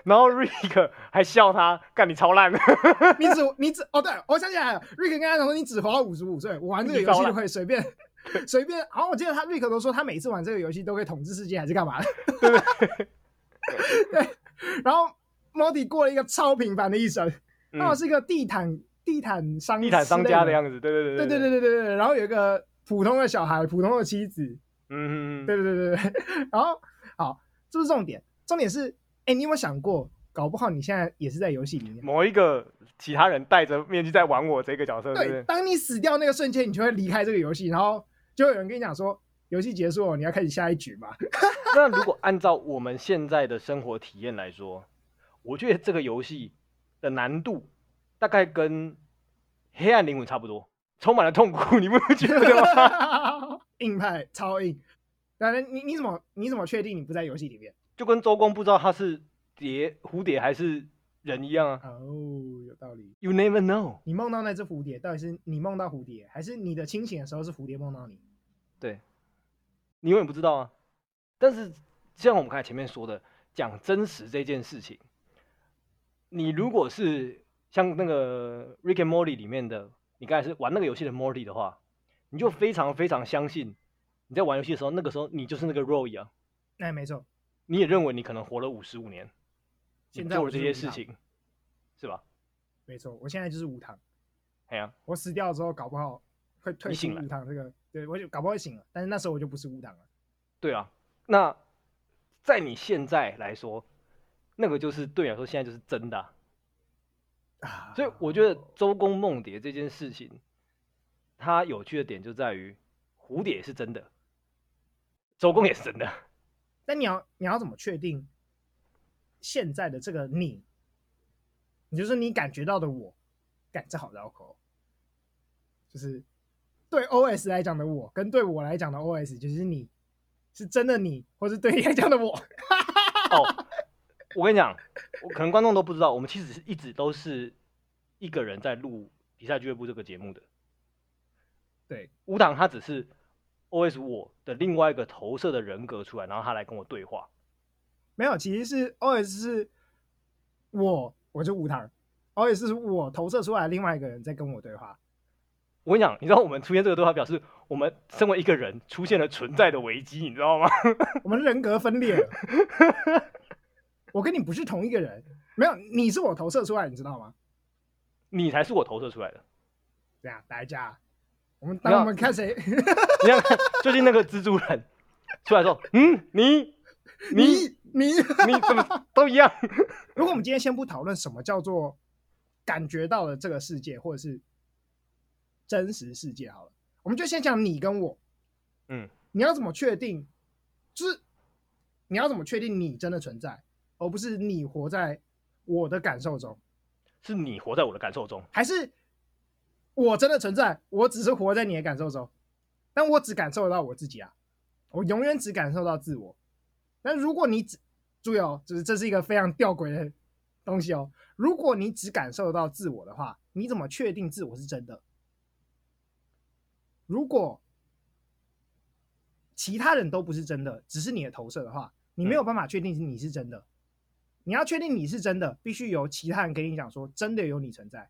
S1: 然后 Rick 还笑他，干你超烂。
S2: 你只你只哦，对我想起来了，瑞克跟他讲说你只活到五十五岁，我玩这个游戏就会随便 随便。然后我记得他瑞克都说他每次玩这个游戏都会统治世界还是干嘛的， 对。然后 Modi 过了一个超平凡的一生，
S1: 嗯
S2: 他好像是一个地毯地毯商
S1: 地产商家的样子，对
S2: 子
S1: 对
S2: 对
S1: 对
S2: 对对对对对。然后有一个普通的小孩，普通的妻子，
S1: 嗯嗯嗯，
S2: 对对对对对。 然后好，这不是重点，重点是，哎，你有没有想过，搞不好你现在也是在游戏里面。
S1: 某一个其他人戴着面具在玩我这个角色，对不
S2: 对，
S1: 对？
S2: 当你死掉那个瞬间，你就会离开这个游戏，然后就会有人跟你讲说，游戏结束了，你要开始下一局 吧。
S1: 那如果按照我们现在的生活体验来说，我觉得这个游戏的难度大概跟《黑暗灵魂》差不多，充满了痛苦，你不觉得吗？
S2: 硬派，超硬。当然，你你怎么你怎么确定你不在游戏里面？
S1: 就跟周公不知道他是蝶、蝴蝶还是人一样啊
S2: 哦、有道理。
S1: ，You never know。
S2: 你梦到那只蝴蝶，到底是你梦到蝴蝶，还是你的清醒的时候是蝴蝶梦到你？
S1: 对，你永远不知道啊。但是像我们刚才前面说的，讲真实这件事情，你如果是像那个《Rick and Morty》里面的，你刚才是玩那个游戏的 Morty 的话，你就非常非常相信你在玩游戏的时候，那个时候你就是那个 Roy 啊，
S2: 哎，没错，
S1: 你也认为你可能活了五十五年，你
S2: 现在
S1: 做
S2: 我
S1: 了这
S2: 是
S1: 些
S2: 无
S1: 事
S2: 糖
S1: 情，是吧？
S2: 没错，我现在就是无糖。
S1: 哎呀、
S2: 我死掉之后，搞不好会退
S1: 你
S2: 出
S1: 醒来
S2: 无糖这个，对我就搞不好会醒了，但是那时候我就不是无糖了。
S1: 对啊，那在你现在来说，那个就是对你来说现在就是真的啊、
S2: 啊
S1: 所以我觉得周公梦蝶这件事情，它有趣的点就在于蝴蝶也是真的，周公也是真的。
S2: 但你要你要怎么确定现在的这个你？你就是你感觉到的我，感这好绕口哦，就是对 OS 来讲的我，跟对我来讲的 OS，就是你是真的你，或是对你来讲的我。
S1: 哦，我跟你讲，我可能观众都不知道，我们其实是一直都是一个人在录比赛俱乐部这个节目的。
S2: 对，
S1: 吴党他只是 OS 我的另外一个投射的人格出来，然后他来跟我对话。
S2: 没有，其实是 OS 是我，我就无糖，OS 是我投射出来另外一个人在跟我对话。
S1: 我跟你讲，你知道我们出现这个对话，表示我们身为一个人出现了存在的危机，你知道吗？
S2: 我们人格分裂了。我跟你不是同一个人，没有，你是我投射出来，你知道吗？
S1: 你才是我投射出来的。
S2: 这样，大家，我们
S1: 没有
S2: 当我们看 谁，
S1: 你看最近那个蜘蛛人出来说，嗯，你你
S2: 你你，
S1: 你怎么都一样？
S2: 如果我们今天先不讨论什么叫做感觉到了这个世界，或者是真实世界好了，我们就先讲你跟我，
S1: 嗯，
S2: 你要怎么确定？就是你要怎么确定你真的存在，而不是你活在我的感受中，
S1: 是你活在我的感受中。
S2: 还是我真的存在，我只是活在你的感受中，但我只感受得到我自己啊，我永远只感受到自我。但如果你只注意哦，就是这是一个非常吊诡的东西哦。如果你只感受到自我的话，你怎么确定自我是真的？如果其他人都不是真的，只是你的投射的话，你没有办法确定你是真的。你要确定你是真的，必须由其他人给你讲说真的有你存在。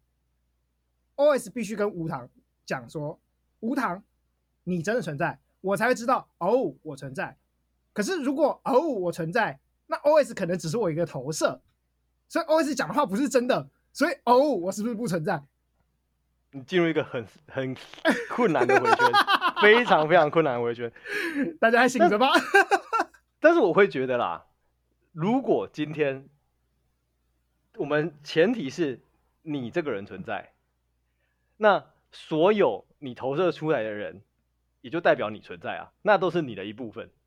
S2: OS 必须跟无糖讲说，无糖，你真的存在，我才会知道哦，我存在。可是如果哦我存在，那 OS 可能只是我一个投射，所以 OS 讲的话不是真的，所以哦我是不是不存在？
S1: 你进入一个很很困难的回圈，非常非常困难的回圈。
S2: 大家还醒着吧？
S1: 但是我会觉得啦，如果今天我们前提是你这个人存在，那所有你投射出来的人，也就代表你存在啊，那都是你的一部分。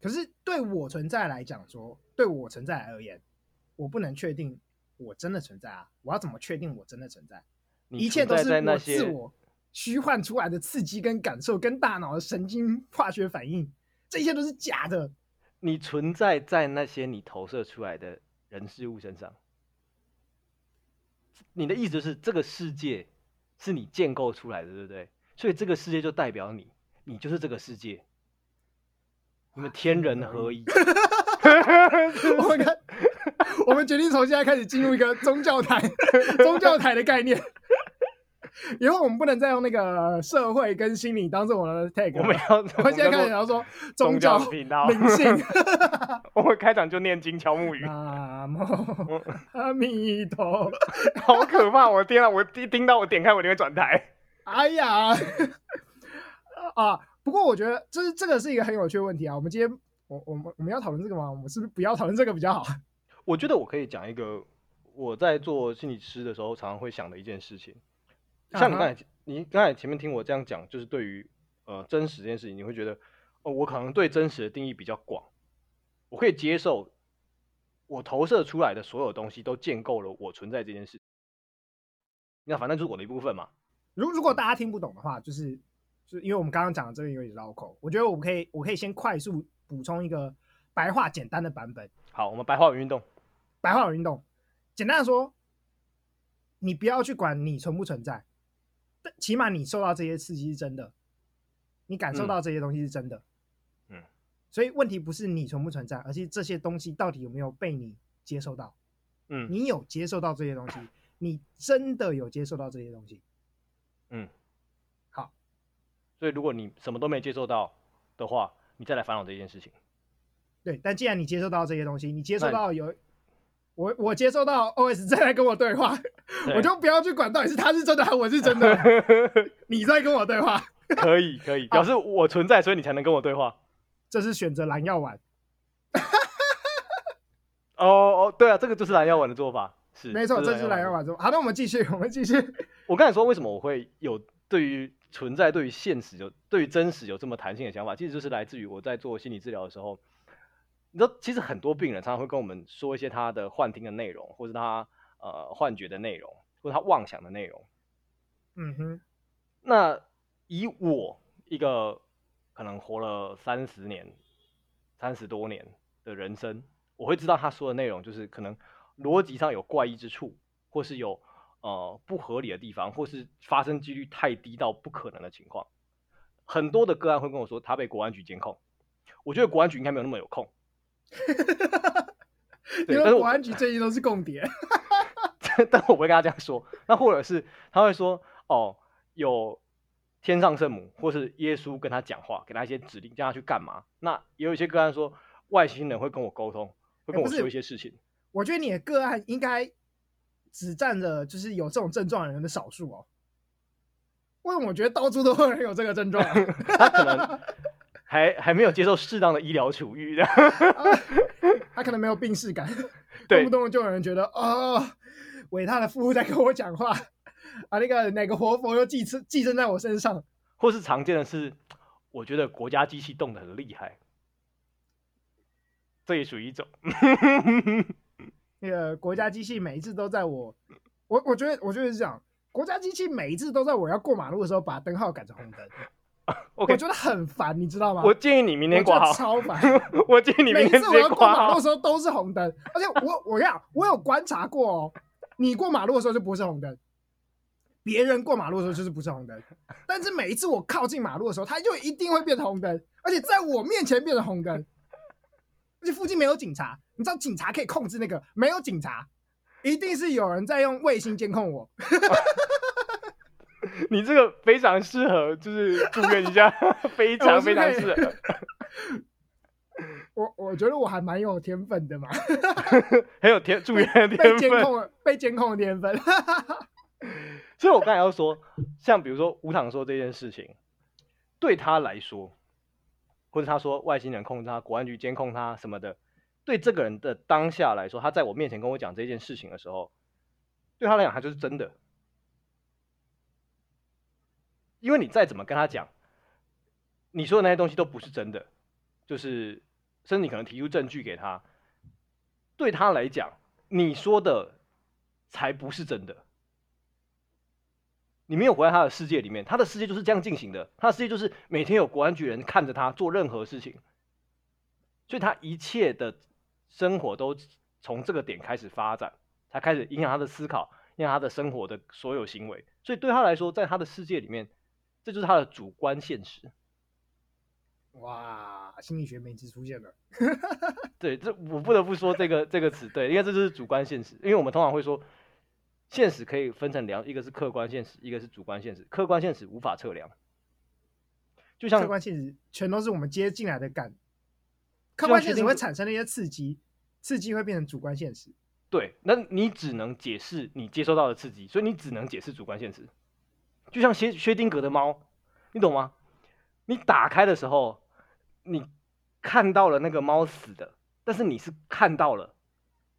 S2: 可是对我存在来讲说，对我存在而言，我不能确定我真的存在啊，我要怎么确定我真的存在？
S1: 你
S2: 一切都
S1: 存
S2: 是
S1: 在在那
S2: 我
S1: 些
S2: 自我虚幻出来的刺激跟感受，跟大脑的神经化学反应，这些都是假的。
S1: 你存在在那些你投射出来的人事物身上。你的意思是，这个世界是你建构出来的，对不对？所以这个世界就代表你，你就是这个世界，你们天人合 一。
S2: 我们看，我们决定从现在开始进入一个宗教台，宗教台的概念。以后我们不能再用那个社会跟心理当做我们的 tag
S1: 我
S2: 了。
S1: 们要，
S2: 我们现在开始
S1: 要
S2: 要说
S1: 宗
S2: 宗教
S1: 频 道，
S2: 灵性。
S1: 我们开场就念经敲木鱼，
S2: 南无阿弥陀，
S1: 好可怕！我天啊，我一听到我点开我就会转台。
S2: 哎呀， 啊！不过我觉得这是这个是一个很有趣的问题啊。我们今天我我们我们要讨论这个吗？我们是不是不要讨论这个比较好？
S1: 我觉得我可以讲一个我在做心理师的时候常常会想的一件事情，
S2: 嗯
S1: 像你刚才、你刚才前面听我这样讲，就是对于呃真实这件事情，你会觉得哦，我可能对真实的定义比较广，我可以接受我投射出来的所有东西都建构了我存在这件事，那反正就是我的一部分嘛。
S2: 如如果大家听不懂的话，就是就是因为我们刚刚讲的这个有点绕口，我觉得我们可以我可以先快速补充一个白话简单的版本。
S1: 好，我们白话文运动，
S2: 白话文运动，简单的说，你不要去管你存不存在，但起码你受到这些刺激是真的，你感受到这些东西是真的。
S1: 嗯，
S2: 所以问题不是你存不存在，而是这些东西到底有没有被你接受到。
S1: 嗯
S2: 你有接受到这些东西，你真的有接受到这些东西。
S1: 嗯，
S2: 好，
S1: 所以如果你什么都没接受到的话，你再来烦恼这件事情。
S2: 对，但既然你接受到这些东西，你接受
S1: 那你
S2: 到有我，我接受到 OS 正在跟我对话，我就不要去管到底是他是真的还是我是 真的，
S1: 对
S2: 你在跟我对话，
S1: 可以可 以，表示我存在，所以你才能跟我对话。
S2: 这是选择蓝药丸，
S1: 哦哦，对啊，这个就是蓝药丸的做法，是
S2: 没错，这是蓝
S1: 药
S2: 药
S1: 丸。
S2: 丸。好，那我们继续，我 们继续。
S1: 我刚才说为什么我会有对于存在、对于现实有、对于真实有这么弹性的想法，其实就是来自于我在做心理治疗的时候，你知道，其实很多病人常常会跟我们说一些他的幻听的内容，或者他呃幻觉的内容，或者他妄想的内容。
S2: 嗯哼，
S1: 那以我一个可能活了三十年、三十多年的人生，我会知道他说的内容就是可能逻辑上有怪异之处，或是有呃不合理的地方，或是发生几率太低到不可能的情况。很多的个案会跟我说他被国安局监控，我觉得国安局应该没有那么有 空，对但
S2: 因
S1: 是
S2: 为
S1: 我
S2: 国安局最近都是共谍，
S1: 但我不会跟他这样说。那或者是他会说，哦，有天上圣母或是耶稣跟他讲话，给他一些指令，叫他去干嘛。那也有一些个案说，外星人会跟我沟通，会跟
S2: 哎
S1: 我
S2: 不是
S1: 说一些事情。
S2: 我觉得你的个案应该只占着就是有这种症状的人的少数哦。为什么我觉得到处都有人有这个症状啊、
S1: 他可能还还没有接受适当的医疗处遇的。
S2: 啊他可能没有病逝感，
S1: 对
S2: 动不动就有人觉得哦，伟大的父母在跟我讲话啊，那个哪个活佛又寄生寄生在我身上，
S1: 或是常见的是，我觉得国家机器动得很厉害，这也属于一种。
S2: 那个国家机器每一次都在我，我我觉得我觉得是这样，国家机器每一次都在我要过马路的时候把灯号改成红灯
S1: OK
S2: 我觉得很烦，你知道吗？
S1: 我建议你明天挂
S2: 我觉得
S1: 号，
S2: 超烦。
S1: 我建议你
S2: 每
S1: 明
S2: 一
S1: 天
S2: 次
S1: 直
S2: 我
S1: 接
S2: 要过
S1: 挂
S2: 马路
S1: 号
S2: 的。时候都是红灯，而且我我跟你讲，我有观察过哦，你过马路的时候就不是红灯，别人过马路的时候就是不是红灯，但是每一次我靠近马路的时候，它就一定会变成红灯，而且在我面前变成红灯，而且附近没有警察，你知道警察可以控制那个，没有警察，一定是有人在用卫星监控我。
S1: 你这个非常适合，就是住院一 下，非
S2: 哎我
S1: 常
S2: 是
S1: 非常
S2: 被
S1: 适合。
S2: 我我觉得我还蛮有天分的嘛，
S1: 很有天住院的
S2: 被
S1: 天
S2: 监
S1: 分。
S2: 控的被监控的天分。
S1: 所以我刚才要说，像比如说吴糖说这件事情，对他来说，或者他说外星人控制他、国安局监控他什么的，对这个人的当下来说，他在我面前跟我讲这件事情的时候，对他来讲，他就是真的。因为你再怎么跟他讲，你说的那些东西都不是真的，就是甚至你可能提出证据给他，对他来讲，你说的才不是真的。你没有活在他的世界里面，他的世界就是这样进行的，他的世界就是每天有国安局人看着他做任何事情，所以他一切的生活都从这个点开始发展，才开始影响他的思考，影响他的生活的所有行为，所以对他来说，在他的世界里面，这就是他的主观现实。
S2: 哇，心理学名词出现了。
S1: 对，这我不得不说这个这个词，对，因为这就是主观现实。因为我们通常会说，现实可以分成两，一个是客观现实，一个是主观现实。客观现实无法测量，就像
S2: 客观现实全都是我们接进来的感，客
S1: 像
S2: 观
S1: 薛
S2: 现实
S1: 定
S2: 会
S1: 谔
S2: 产生的一些刺激，刺激会变成主观现实。
S1: 对，那你只能解释你接收到的刺激，所以你只能解释主观现实。就像薛薛定谔的猫，你懂吗？你打开的时候，你看到了那个猫死的，但是你是看到了，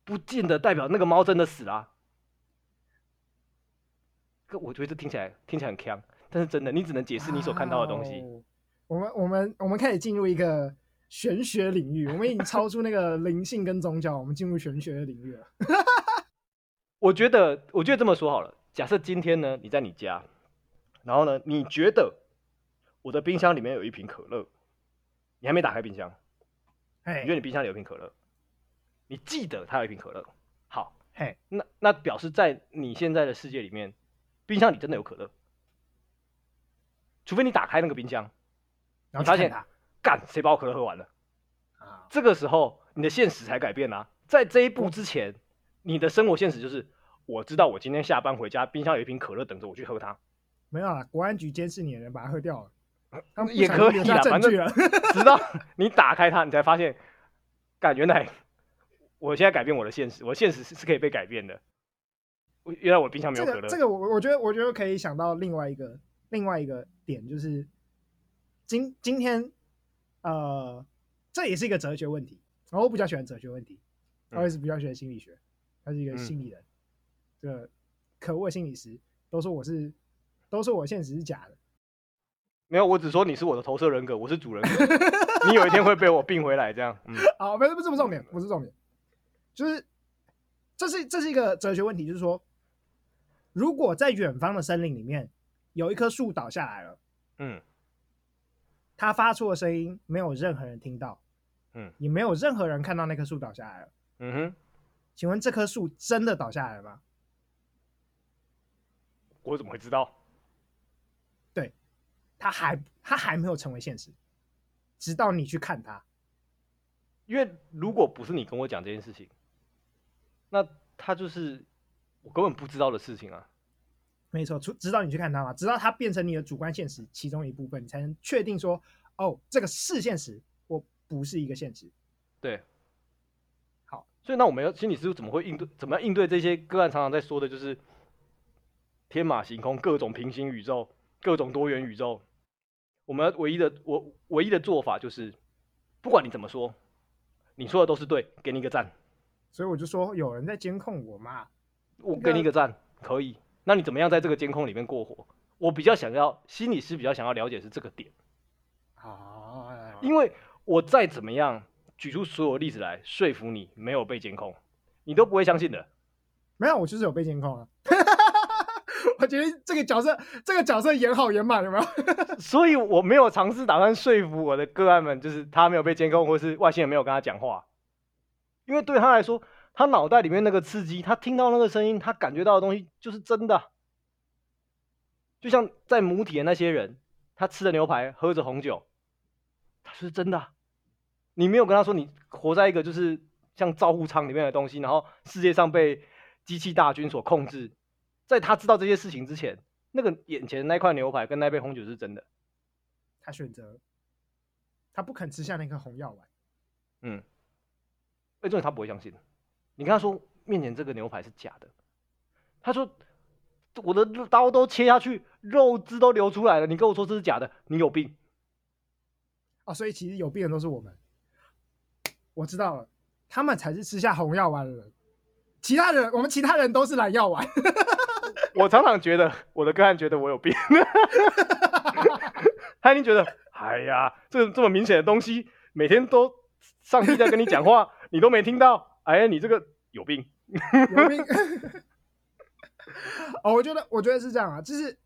S1: 不见得代表那个猫真的死啦、可我觉得这听起来听起来很呛，但是真的，你只能解释你所看到的东西。
S2: 哦我们我们我们开始进入一个玄学领域，我们已经超出那个灵性跟宗教，我们进入玄学的领域了。
S1: 我觉得，我觉得这么说好了。假设今天呢，你在你家，然后呢，你觉得我的冰箱里面有一瓶可乐，你还没打开冰箱，你
S2: 嘿
S1: 觉得你冰箱里有一瓶可乐，你记得它有一瓶可乐。好，
S2: 嘿，
S1: 那那表示在你现在的世界里面，冰箱里真的有可乐，除非你打开那个冰箱，
S2: 然后
S1: 你发
S2: 去看
S1: 现
S2: 它
S1: 干谁把我可乐喝完了？
S2: 啊，
S1: 这个时候你的现实才改变啦、在这一步之前，你的生活现实就是，我知道我今天下班回家，冰箱有一瓶可乐等着我去喝它，
S2: 没有啦，国安局监视你的人把它喝掉了，他们不
S1: 也
S2: 小
S1: 可
S2: 心
S1: 以
S2: 留下
S1: 啦，
S2: 证
S1: 反
S2: 据啊
S1: 正
S2: 了。
S1: 直 到你打开它，你才发现，干原来我现在改变我的现实，我现实是是可以被改变的。我原来我冰箱没
S2: 这
S1: 有可
S2: 个
S1: 乐，
S2: 这个我我觉得我觉得可以想到另外一个另外一个点，就是今今天呃，这也是一个哲学问题。然后我比较喜欢哲学问题，
S1: 嗯
S2: 我也是比较喜欢心理学。他是一个
S1: 嗯
S2: 心理人，这个可恶的心理师都说我是都说我现实是假的，
S1: 没有，我只说你是我的投射人格，我是主人 格，你有一天会被我并回来，这样，嗯，
S2: 啊，不是不是不是重点，不是重点，就是这是这是一个哲学问题，就是说，如果在远方的森林里面有一棵树倒下来了，
S1: 嗯，
S2: 它发出的声音没有任何人听到，
S1: 嗯，
S2: 也没有任何人看到那棵树倒下来了。
S1: 嗯哼，
S2: 请问这棵树真的倒下来了吗？
S1: 我怎么会知道？
S2: 它还它还没有成为现实，直到你去看它。
S1: 因为如果不是你跟我讲这件事情，那它就是我根本不知道的事情啊。
S2: 没错，除直到你去看它嘛，直到它变成你的主观现实其中一部分，你才能确定说，哦，这个是现实，我不是一个现实。
S1: 对，
S2: 好，
S1: 所以那我们要心理师怎么会应对，怎么样应对这些个案常常在说的就是天马行空、各种平行宇宙、各种多元宇宙。我们唯一的我唯一的做法就是，不管你怎么说，你说的都是对，给你一个赞，
S2: 所以我就说有人在监控我嘛。
S1: 我给你一个赞，可以。那你怎么样在这个监控里面过活？我比较想要，心理师比较想要了解是这个点。
S2: 啊，
S1: 因为我再怎么样举出所有例子来说服你没有被监控，你都不会相信的。
S2: 没有，我就是有被监控啊。 我觉得这个角色，这个角色演好演满，有没有？
S1: 所以我没有尝试打算说服我的个案们，就是他没有被监控，或是外星人没有跟他讲话，因为对他来说，他脑袋里面那个刺激，他听到那个声音，他感觉到的东西就是真的啊。就像在母体的那些人，他吃的牛排，喝着红酒，他是真的啊、你没有跟他说你活在一个就是像造物舱里面的东西，然后世界上被机器大军所控制，在他知道这些事情之前，那个眼前的那块牛排跟那杯红酒是真的。
S2: 他选择，他不肯吃下那颗红药丸。
S1: 嗯，哎，重点他不会相信。你跟他说面前这个牛排是假的，他说我的刀都切下去，肉汁都流出来了，你跟我说这是假的，你有病。
S2: 哦，所以其实有病的都是我们。我知道了，他们才是吃下红药丸的人，其他人我们其他人都是蓝药丸。
S1: 我常常觉得我的个案觉得我有病， 他一定觉得，哎呀，这这么明显的东西，每天都上帝在跟你讲话，你都没听到，哎呀，你这个有病。
S2: 有病。哦，我觉得，我觉得是这样啊，就是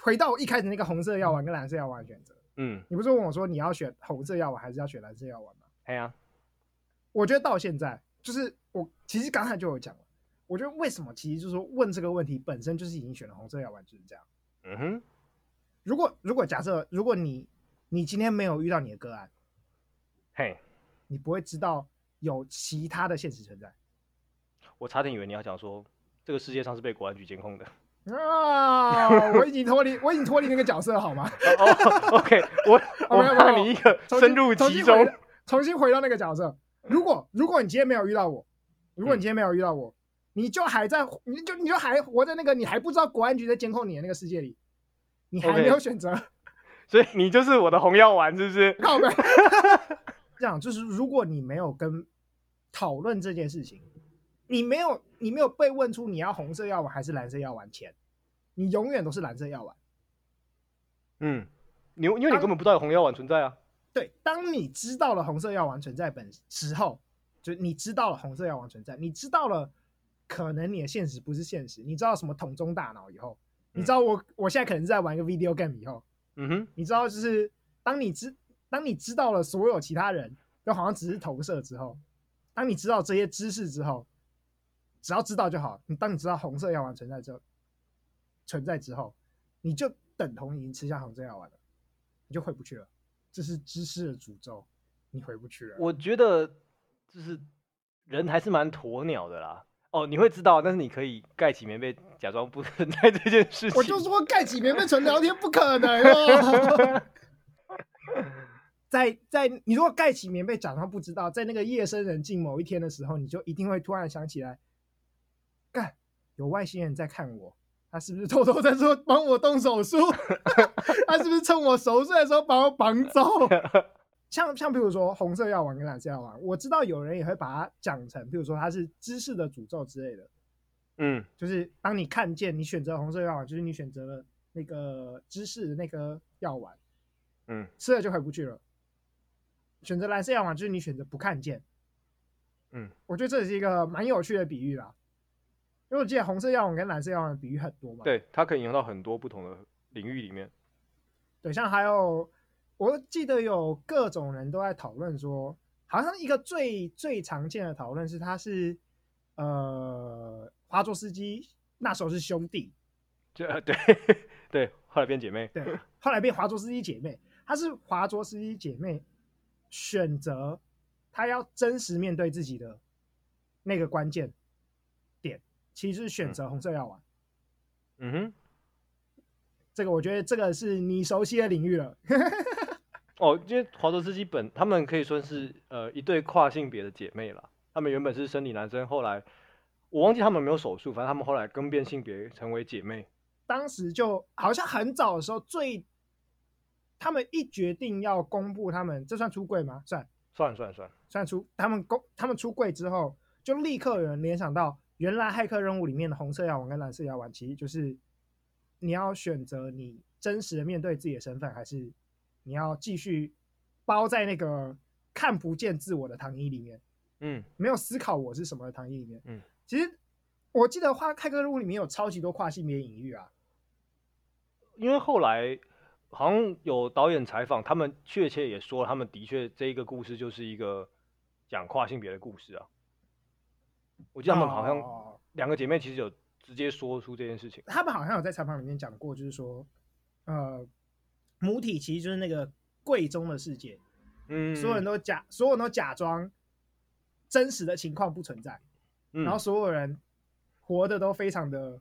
S2: 回到我一开始那个红色药丸跟蓝色药丸的选择。
S1: 嗯，
S2: 你不是问我说你要选红色药丸还是要选蓝色药丸吗？
S1: 哎呀、
S2: 我觉得到现在，就是我其实刚才就有讲了，我觉得为什么其实就是说问这个问题本身就是已经选了红色药丸就是这样。
S1: 嗯哼，
S2: 如果如果假设如果你你今天没有遇到你的个案，
S1: 嘿，
S2: 你不会知道有其他的现实存在
S1: 我差点以为你要讲说这个世界上是被国安局监控的。
S2: 啊！我已经脱离我已经脱离那个角色好吗？
S1: 哦，OK，我 我
S2: 哦没有
S1: 怕
S2: 没有
S1: 你一个
S2: 重新
S1: 深入
S2: 重
S1: 其
S2: 新回
S1: 中
S2: 到。重新回到那个角色。如果如果你今天没有遇到我，如果你今天没有遇到我，你就还在，你就你就还活在那个你还不知道国安局在监控你的那个世界里，你还
S1: OK
S2: 没有选择
S1: 所以你就是我的红药丸，是不是？
S2: 靠背。 这样就是，如果你没有跟讨论这件事情，你没有你没有被问出你要红色药丸还是蓝色药丸前，你永远都是蓝色药丸。
S1: 嗯，你因为你根本不知道有红药丸存在啊。
S2: 对，当你知道了红色药丸存在本时候，就你知道了红色药丸存在，你知道了可能你的现实不是现实，你知道什么桶中大脑以后，你知道我、我现在可能是在玩一个 video game 以后，
S1: 嗯哼，
S2: 你知道就是当你知当你知道了所有其他人都好像只是投射之后，当你知道这些知识之后，只要知道就好。你当你知道红色药丸存在之后，存在之后，你就等同已经吃下红色药丸了，你就回不去了。这是知识的诅咒，你回不去了。
S1: 我觉得就是人还是蛮鸵鸟的啦。哦，你会知道，但是你可以盖起棉被，假装不存在这件事情。
S2: 我就说盖几棉被纯聊天不可能 哦。在在，你如果盖起棉被假装不知道，在那个夜深人静某一天的时候，你就一定会突然想起来，干有外星人在看我，他是不是偷偷在说帮我动手术？ 他是不是趁我熟睡的时候把我绑 走？像像比如说红色药丸跟蓝色药丸，我知道有人也会把它讲成，比如说它是知识的诅咒之类的。
S1: 嗯，
S2: 就是当你看见你选择红色药丸，就是你选择了那个芝士的那颗药丸，
S1: 嗯，
S2: 吃了就回不去了。选择蓝色药丸，就是你选择不看见。
S1: 嗯，
S2: 我觉得这也是一个蛮有趣的比喻啦，因为我记得红色药丸跟蓝色药丸的比喻很多嘛。
S1: 对，它可以引用到很多不同的领域里面。
S2: 对，像还有我记得有各种人都在讨论说，好像一个最最常见的讨论是他是呃华卓斯基那时候是兄弟，
S1: 就呃 对对，后来变姐妹。
S2: 对，后来变华卓斯基姐妹，她是华卓斯基姐妹选择他要真实面对自己的那个关键点，其实就是选择红色药丸。
S1: 嗯哼，
S2: 这个我觉得这个是你熟悉的领域了。
S1: 哦，因为华德斯基本他们可以算是呃一对跨性别的姐妹啦。他们原本是生理男生，后来我忘记他们有没有手术，反正他们后来更变性别成为姐妹。
S2: 当时就好像很早的时候最，他们一决定要公布他们，这算出柜吗？算
S1: 算算算，
S2: 算出他们公他们出柜之后，就立刻有人联想到，原来骇客任务里面的红色药丸跟蓝色药丸，其实就是你要选择你真实的面对自己的身份，还是你要继续包在那个看不见自我的糖衣里面。
S1: 嗯
S2: 没有思考我是什么的糖衣里面。
S1: 嗯，
S2: 其实我记得《花开歌路》里面有超级多跨性别隐喻啊，
S1: 因为后来好像有导演采访，他们确切也说，他们的确这一个故事就是一个讲跨性别的故事啊。我记得他们好像
S2: 哦
S1: 两个姐妹其实有直接说出这件事情。
S2: 他们好像有在采访里面讲过，就是说，呃，母体其实就是那个贵中的世界，
S1: 嗯，
S2: 所有人都假，所有人都假装真实的情况不存在，
S1: 嗯，
S2: 然后所有人活的都非常的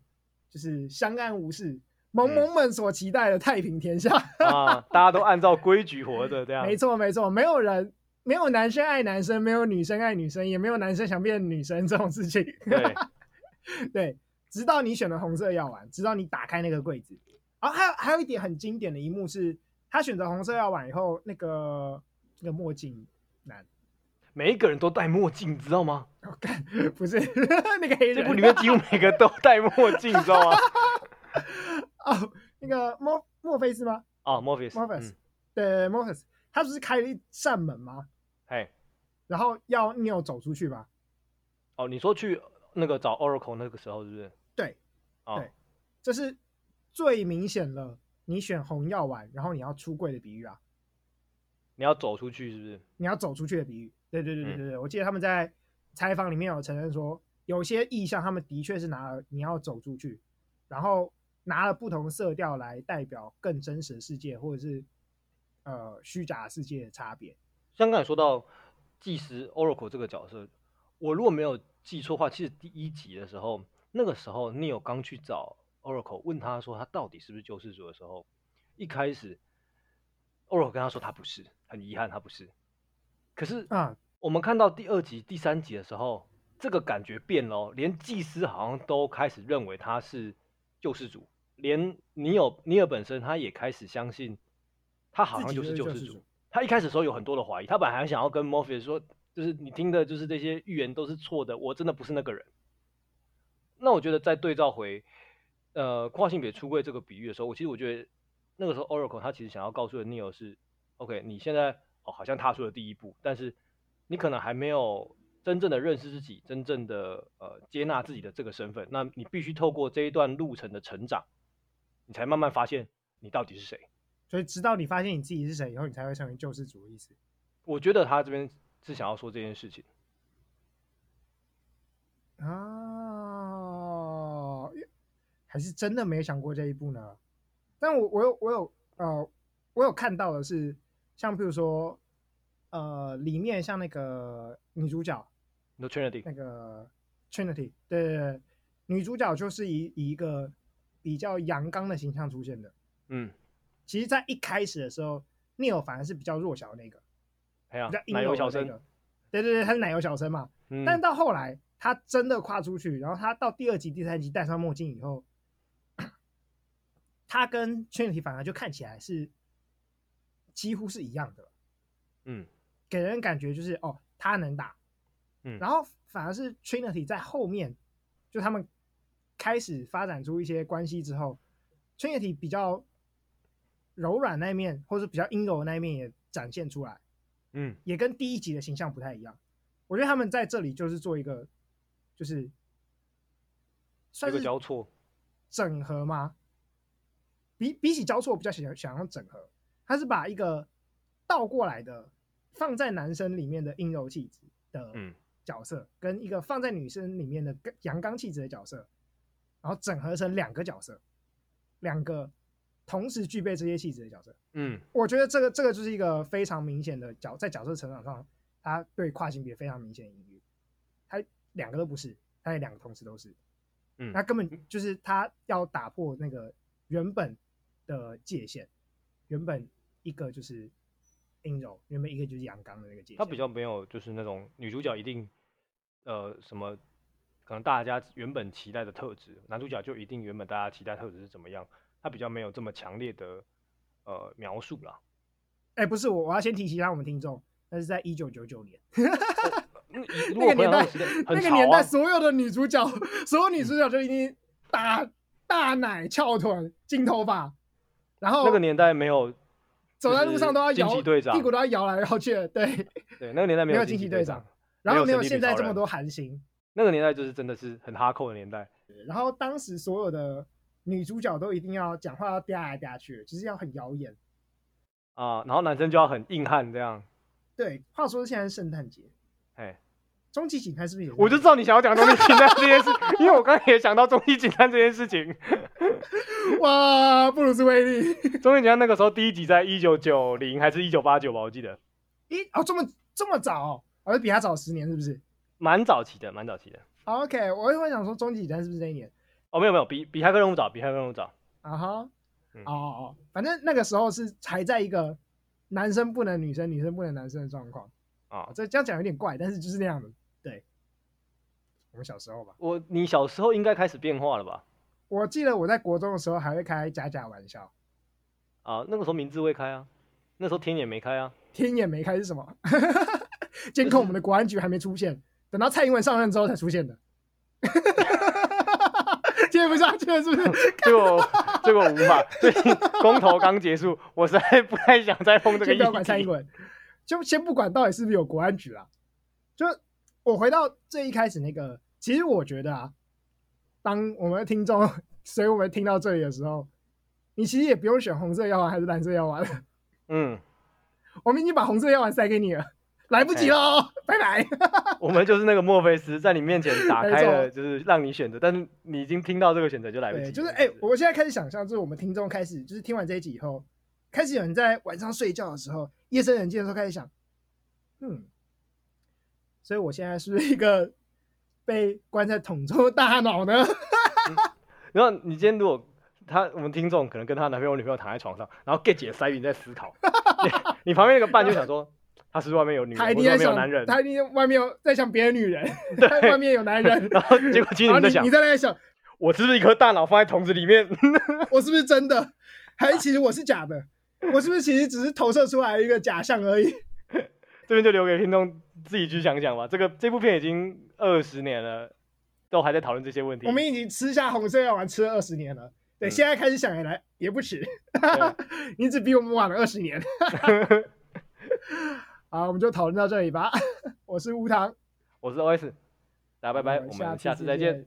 S2: 就是相安无事，
S1: 嗯
S2: 萌萌们所期待的太平 天下。
S1: 啊，大家都按照规矩活着，这样
S2: 没错，没错，没有人，没有男生爱男生，没有女生爱女生，也没有男生想变女生这种事情。
S1: 对，
S2: 对，直到你选了红色药丸，直到你打开那个柜子。然后还有还有一点很经典的一幕是，他选择红色药丸以后，那个那个墨镜 男，
S1: 每一个人都戴墨镜，你知道吗？
S2: 我、看不是 那个黑人，
S1: 这部里面几乎每个都戴墨镜，你知道吗？
S2: 哦，那个墨墨菲斯吗？
S1: 啊，Morpheus，
S2: Morpheus
S1: 嗯
S2: 对，墨菲斯，他不是开了一扇门吗？
S1: 嘿，
S2: 然后要 Neo 走出去吧？
S1: 哦，你说去那个找 Oracle 那个时候是不是？
S2: 对，
S1: 哦
S2: 对这是最明显了。你选红药丸，然后你要出柜的比喻啊，
S1: 你要走出去是不是？
S2: 你要走出去的比喻。对对对对对对，我记得他们在采访里面有承认说，有些意象他们的确是拿了你要走出去，然后拿了不同色调来代表更真实的世界，或者是呃虚假世界的差别。
S1: 像刚才说到祭司 Oracle 这个角色，我如果没有记错的话，其实第一集的时候，那个时候 Neo 刚去找 Oracle，问他说他到底是不是救世主的时候，一开始 Oracle 跟他说他不是，很遗憾他不是。可是
S2: 啊、
S1: 我们看到第二集、第三集的时候，这个感觉变了哦，连祭司好像都开始认为他是救世主，连尼尔尼尔本身他也开始相信他好像就是救
S2: 自
S1: 世
S2: 己就是救世
S1: 主
S2: 主。
S1: 他一开始的时候有很多的怀疑，他本来还想要跟 Morpheus 说，就是你听的就是这些预言都是错的，我真的不是那个人。那我觉得再对照回呃跨性别出柜这个比喻的时候，我其实我觉得那个时候 Oracle 他其实想要告诉的 Neo 是，OK，你现在哦好像踏出了第一步，但是你可能还没有真正的认识自己，真正的呃接纳自己的这个身份，那你必须透过这一段路程的成长，你才慢慢发现你到底是谁。
S2: 所以直到你发现你自己是谁以后，你才会成为救世主的意思。
S1: 我觉得他这边是想要说这件事情，
S2: 啊，还是真的没想过这一步呢。但我我有我有呃，我有看到的是，像譬如说，呃，里面像那个女主角
S1: 你说 Trinity，
S2: 那个 Trinity，对对对，女主角就是以以一个比较阳刚的形象出现的。
S1: 嗯，
S2: 其实，在一开始的时候，Neil 反而是比较弱小的那个，
S1: 哎呀
S2: 比较，阴
S1: 奶油
S2: 柔
S1: 小
S2: 的那
S1: 生，
S2: 个。对对对，他是奶油小生嘛。
S1: 嗯，
S2: 但到后来，他真的跨出去，然后他到第二集、第三集戴上墨镜以后，他跟 Trinity 反而就看起来是几乎是一样的，
S1: 嗯
S2: 给人感觉就是哦，他能打，
S1: 嗯
S2: 然后反而是 Trinity 在后面，就他们开始发展出一些关系之后，Trinity 比较柔软那一面，或者比较阴柔的那一面也展现出来。
S1: 嗯
S2: 也跟第一集的形象不太一样。我觉得他们在这里就是做一个，就是
S1: 这
S2: 算
S1: 个
S2: 是呃
S1: 交错，
S2: 整合吗？比比起交错，我比较想想要整合。他是把一个倒过来的放在男生里面的阴柔气质的
S1: 嗯
S2: 角色，跟一个放在女生里面的阳刚气质的角色，然后整合成两个角色，两个同时具备这些气质的角色。
S1: 嗯
S2: 我觉得这个这个就是一个非常明显的角在角色成长上，他对跨性别非常明显的隐喻。他两个都不是，他也两个同时都是，
S1: 嗯
S2: 那根本就是他要打破那个原本的界限，原本一个就是阴柔，原本一个就是阳刚的那个界限。
S1: 他比较没有就是那种女主角一定呃什么，可能大家原本期待的特质，男主角就一定原本大家期待特质是怎么样，他比较没有这么强烈的呃描述啦。
S2: 哎、不是我，我要先提醒一下我们听众，那是在一九九九年。
S1: 嗯以如
S2: 那
S1: 果回
S2: 个年
S1: 到那
S2: 代
S1: 个时代，，很
S2: 那个
S1: 潮
S2: 年代
S1: 啊，嗯
S2: 所有的女 主角，所有女主角就一定大大奶翘臀、金头发，然后
S1: 那个年代没有
S2: 走在路上都要
S1: 就是惊
S2: 摇
S1: 奇队长
S2: 屁股都要摇来摇去 的，对。
S1: 对那个年代没
S2: 没有
S1: 有
S2: 惊奇
S1: 奇
S2: 队
S1: 队
S2: 长
S1: 长，
S2: 然后没
S1: 没有
S2: 有
S1: 神力
S2: 现
S1: 女
S2: 在
S1: 超
S2: 这么
S1: 人
S2: 多韩星，
S1: 那个年代就是真的是很哈扣的年代。
S2: 然后当时所有的女主角都一定要讲话要嗲来嗲去，就是要很妖艳。
S1: 啊、然后男生就要很硬汉这样。
S2: 对，话说现在是圣诞节，
S1: 哎，
S2: 终极警探是不是也是？
S1: 我就知道你想要讲终 极警探这件事，因为我刚才也想到终极警探这件事情。
S2: 哇，布鲁斯威利
S1: 终极警探那个时候第一集在一九九零还是一九八九吧，我记得
S2: 一哦，这么这么早、哦，我、哦、比他早十年是不是
S1: 蛮早期的，蛮早期的。
S2: 好？OK，我会想说终极警探是不是那一年？
S1: 哦，没有没有，比比骇客任务早，比骇客任务早。
S2: 啊哈，
S1: 嗯
S2: 哦哦，反正那个时候是还在一个男生不能女生，女生不能男生的状况哦
S1: 啊
S2: 这这样讲有点怪，但是就是那样的。对，我们小时候吧，
S1: 我你小时候应该开始变化了吧？
S2: 我记得我在国中的时候还会开假假玩笑，
S1: 啊，那个时候明智未开啊，那时候天也没开 啊。
S2: 天眼没开是什么？ 监控我们的国安局还没出现，等到蔡英文上任之后才出现的。 接不上去了是不是？
S1: 这个我这个我无法，最近公投刚结束，我实在不太想再碰这个
S2: 先
S1: 议
S2: 不要管蔡英
S1: 题。
S2: 文，就先不管到底是不是有国安局啦。就我回到最一开始那个，其实我觉得啊，当我们的听众，所以我们听到这里的时候，你其实也不用选红色药丸还是蓝色药丸了，
S1: 嗯，
S2: 我们已经把红色药丸塞给你了，来不及
S1: 哎
S2: 了哦，拜拜。
S1: 我们就是那个墨菲斯，在你面前打
S2: 没
S1: 开
S2: 错
S1: 了，就是让你选择，但是你已经听到这个选择就来不及
S2: 对，
S1: 了。
S2: 就是哎、我现在开始想象，就是我们听众开始，就是听完这一集以后，开始有人在晚上睡觉的时候，夜深人静的时候开始想，嗯，所以我现在是不是一个被关在桶中的大脑呢？
S1: 然后你今天如果他我们听众可能跟她男朋友女朋友躺在床上，然后 get 姐塞云在思 考，你你旁边那个伴就想说，他是不是外面有女人，
S2: 他
S1: 或
S2: 一
S1: 者
S2: 定
S1: 外
S2: 在
S1: 面有
S2: 想，
S1: 男人，，
S2: 他一定在外面有在想别的女人，他外面有男人
S1: 然后结果其实你
S2: 然后
S1: 们在
S2: 你
S1: 想
S2: 你，在那边想，
S1: 我是不是一颗大脑放在桶子里面？
S2: 我是不是真的？还是其实我是假的？我是不是其实只是投射出来一个假象而已？
S1: 这边就留给听众自己去想想吧。这个这部片已经二十年了，都还在讨论这些问题。
S2: 我们已经吃下红色药丸吃了二十年了，对，
S1: 嗯
S2: 现在开始想起来也不迟， 你只比我们晚了二 十年。
S1: 对
S2: 好，我们就讨 论到这里吧。我是吴糖，
S1: 我是 OS，大家拜拜，我们
S2: 下
S1: 下次再见。。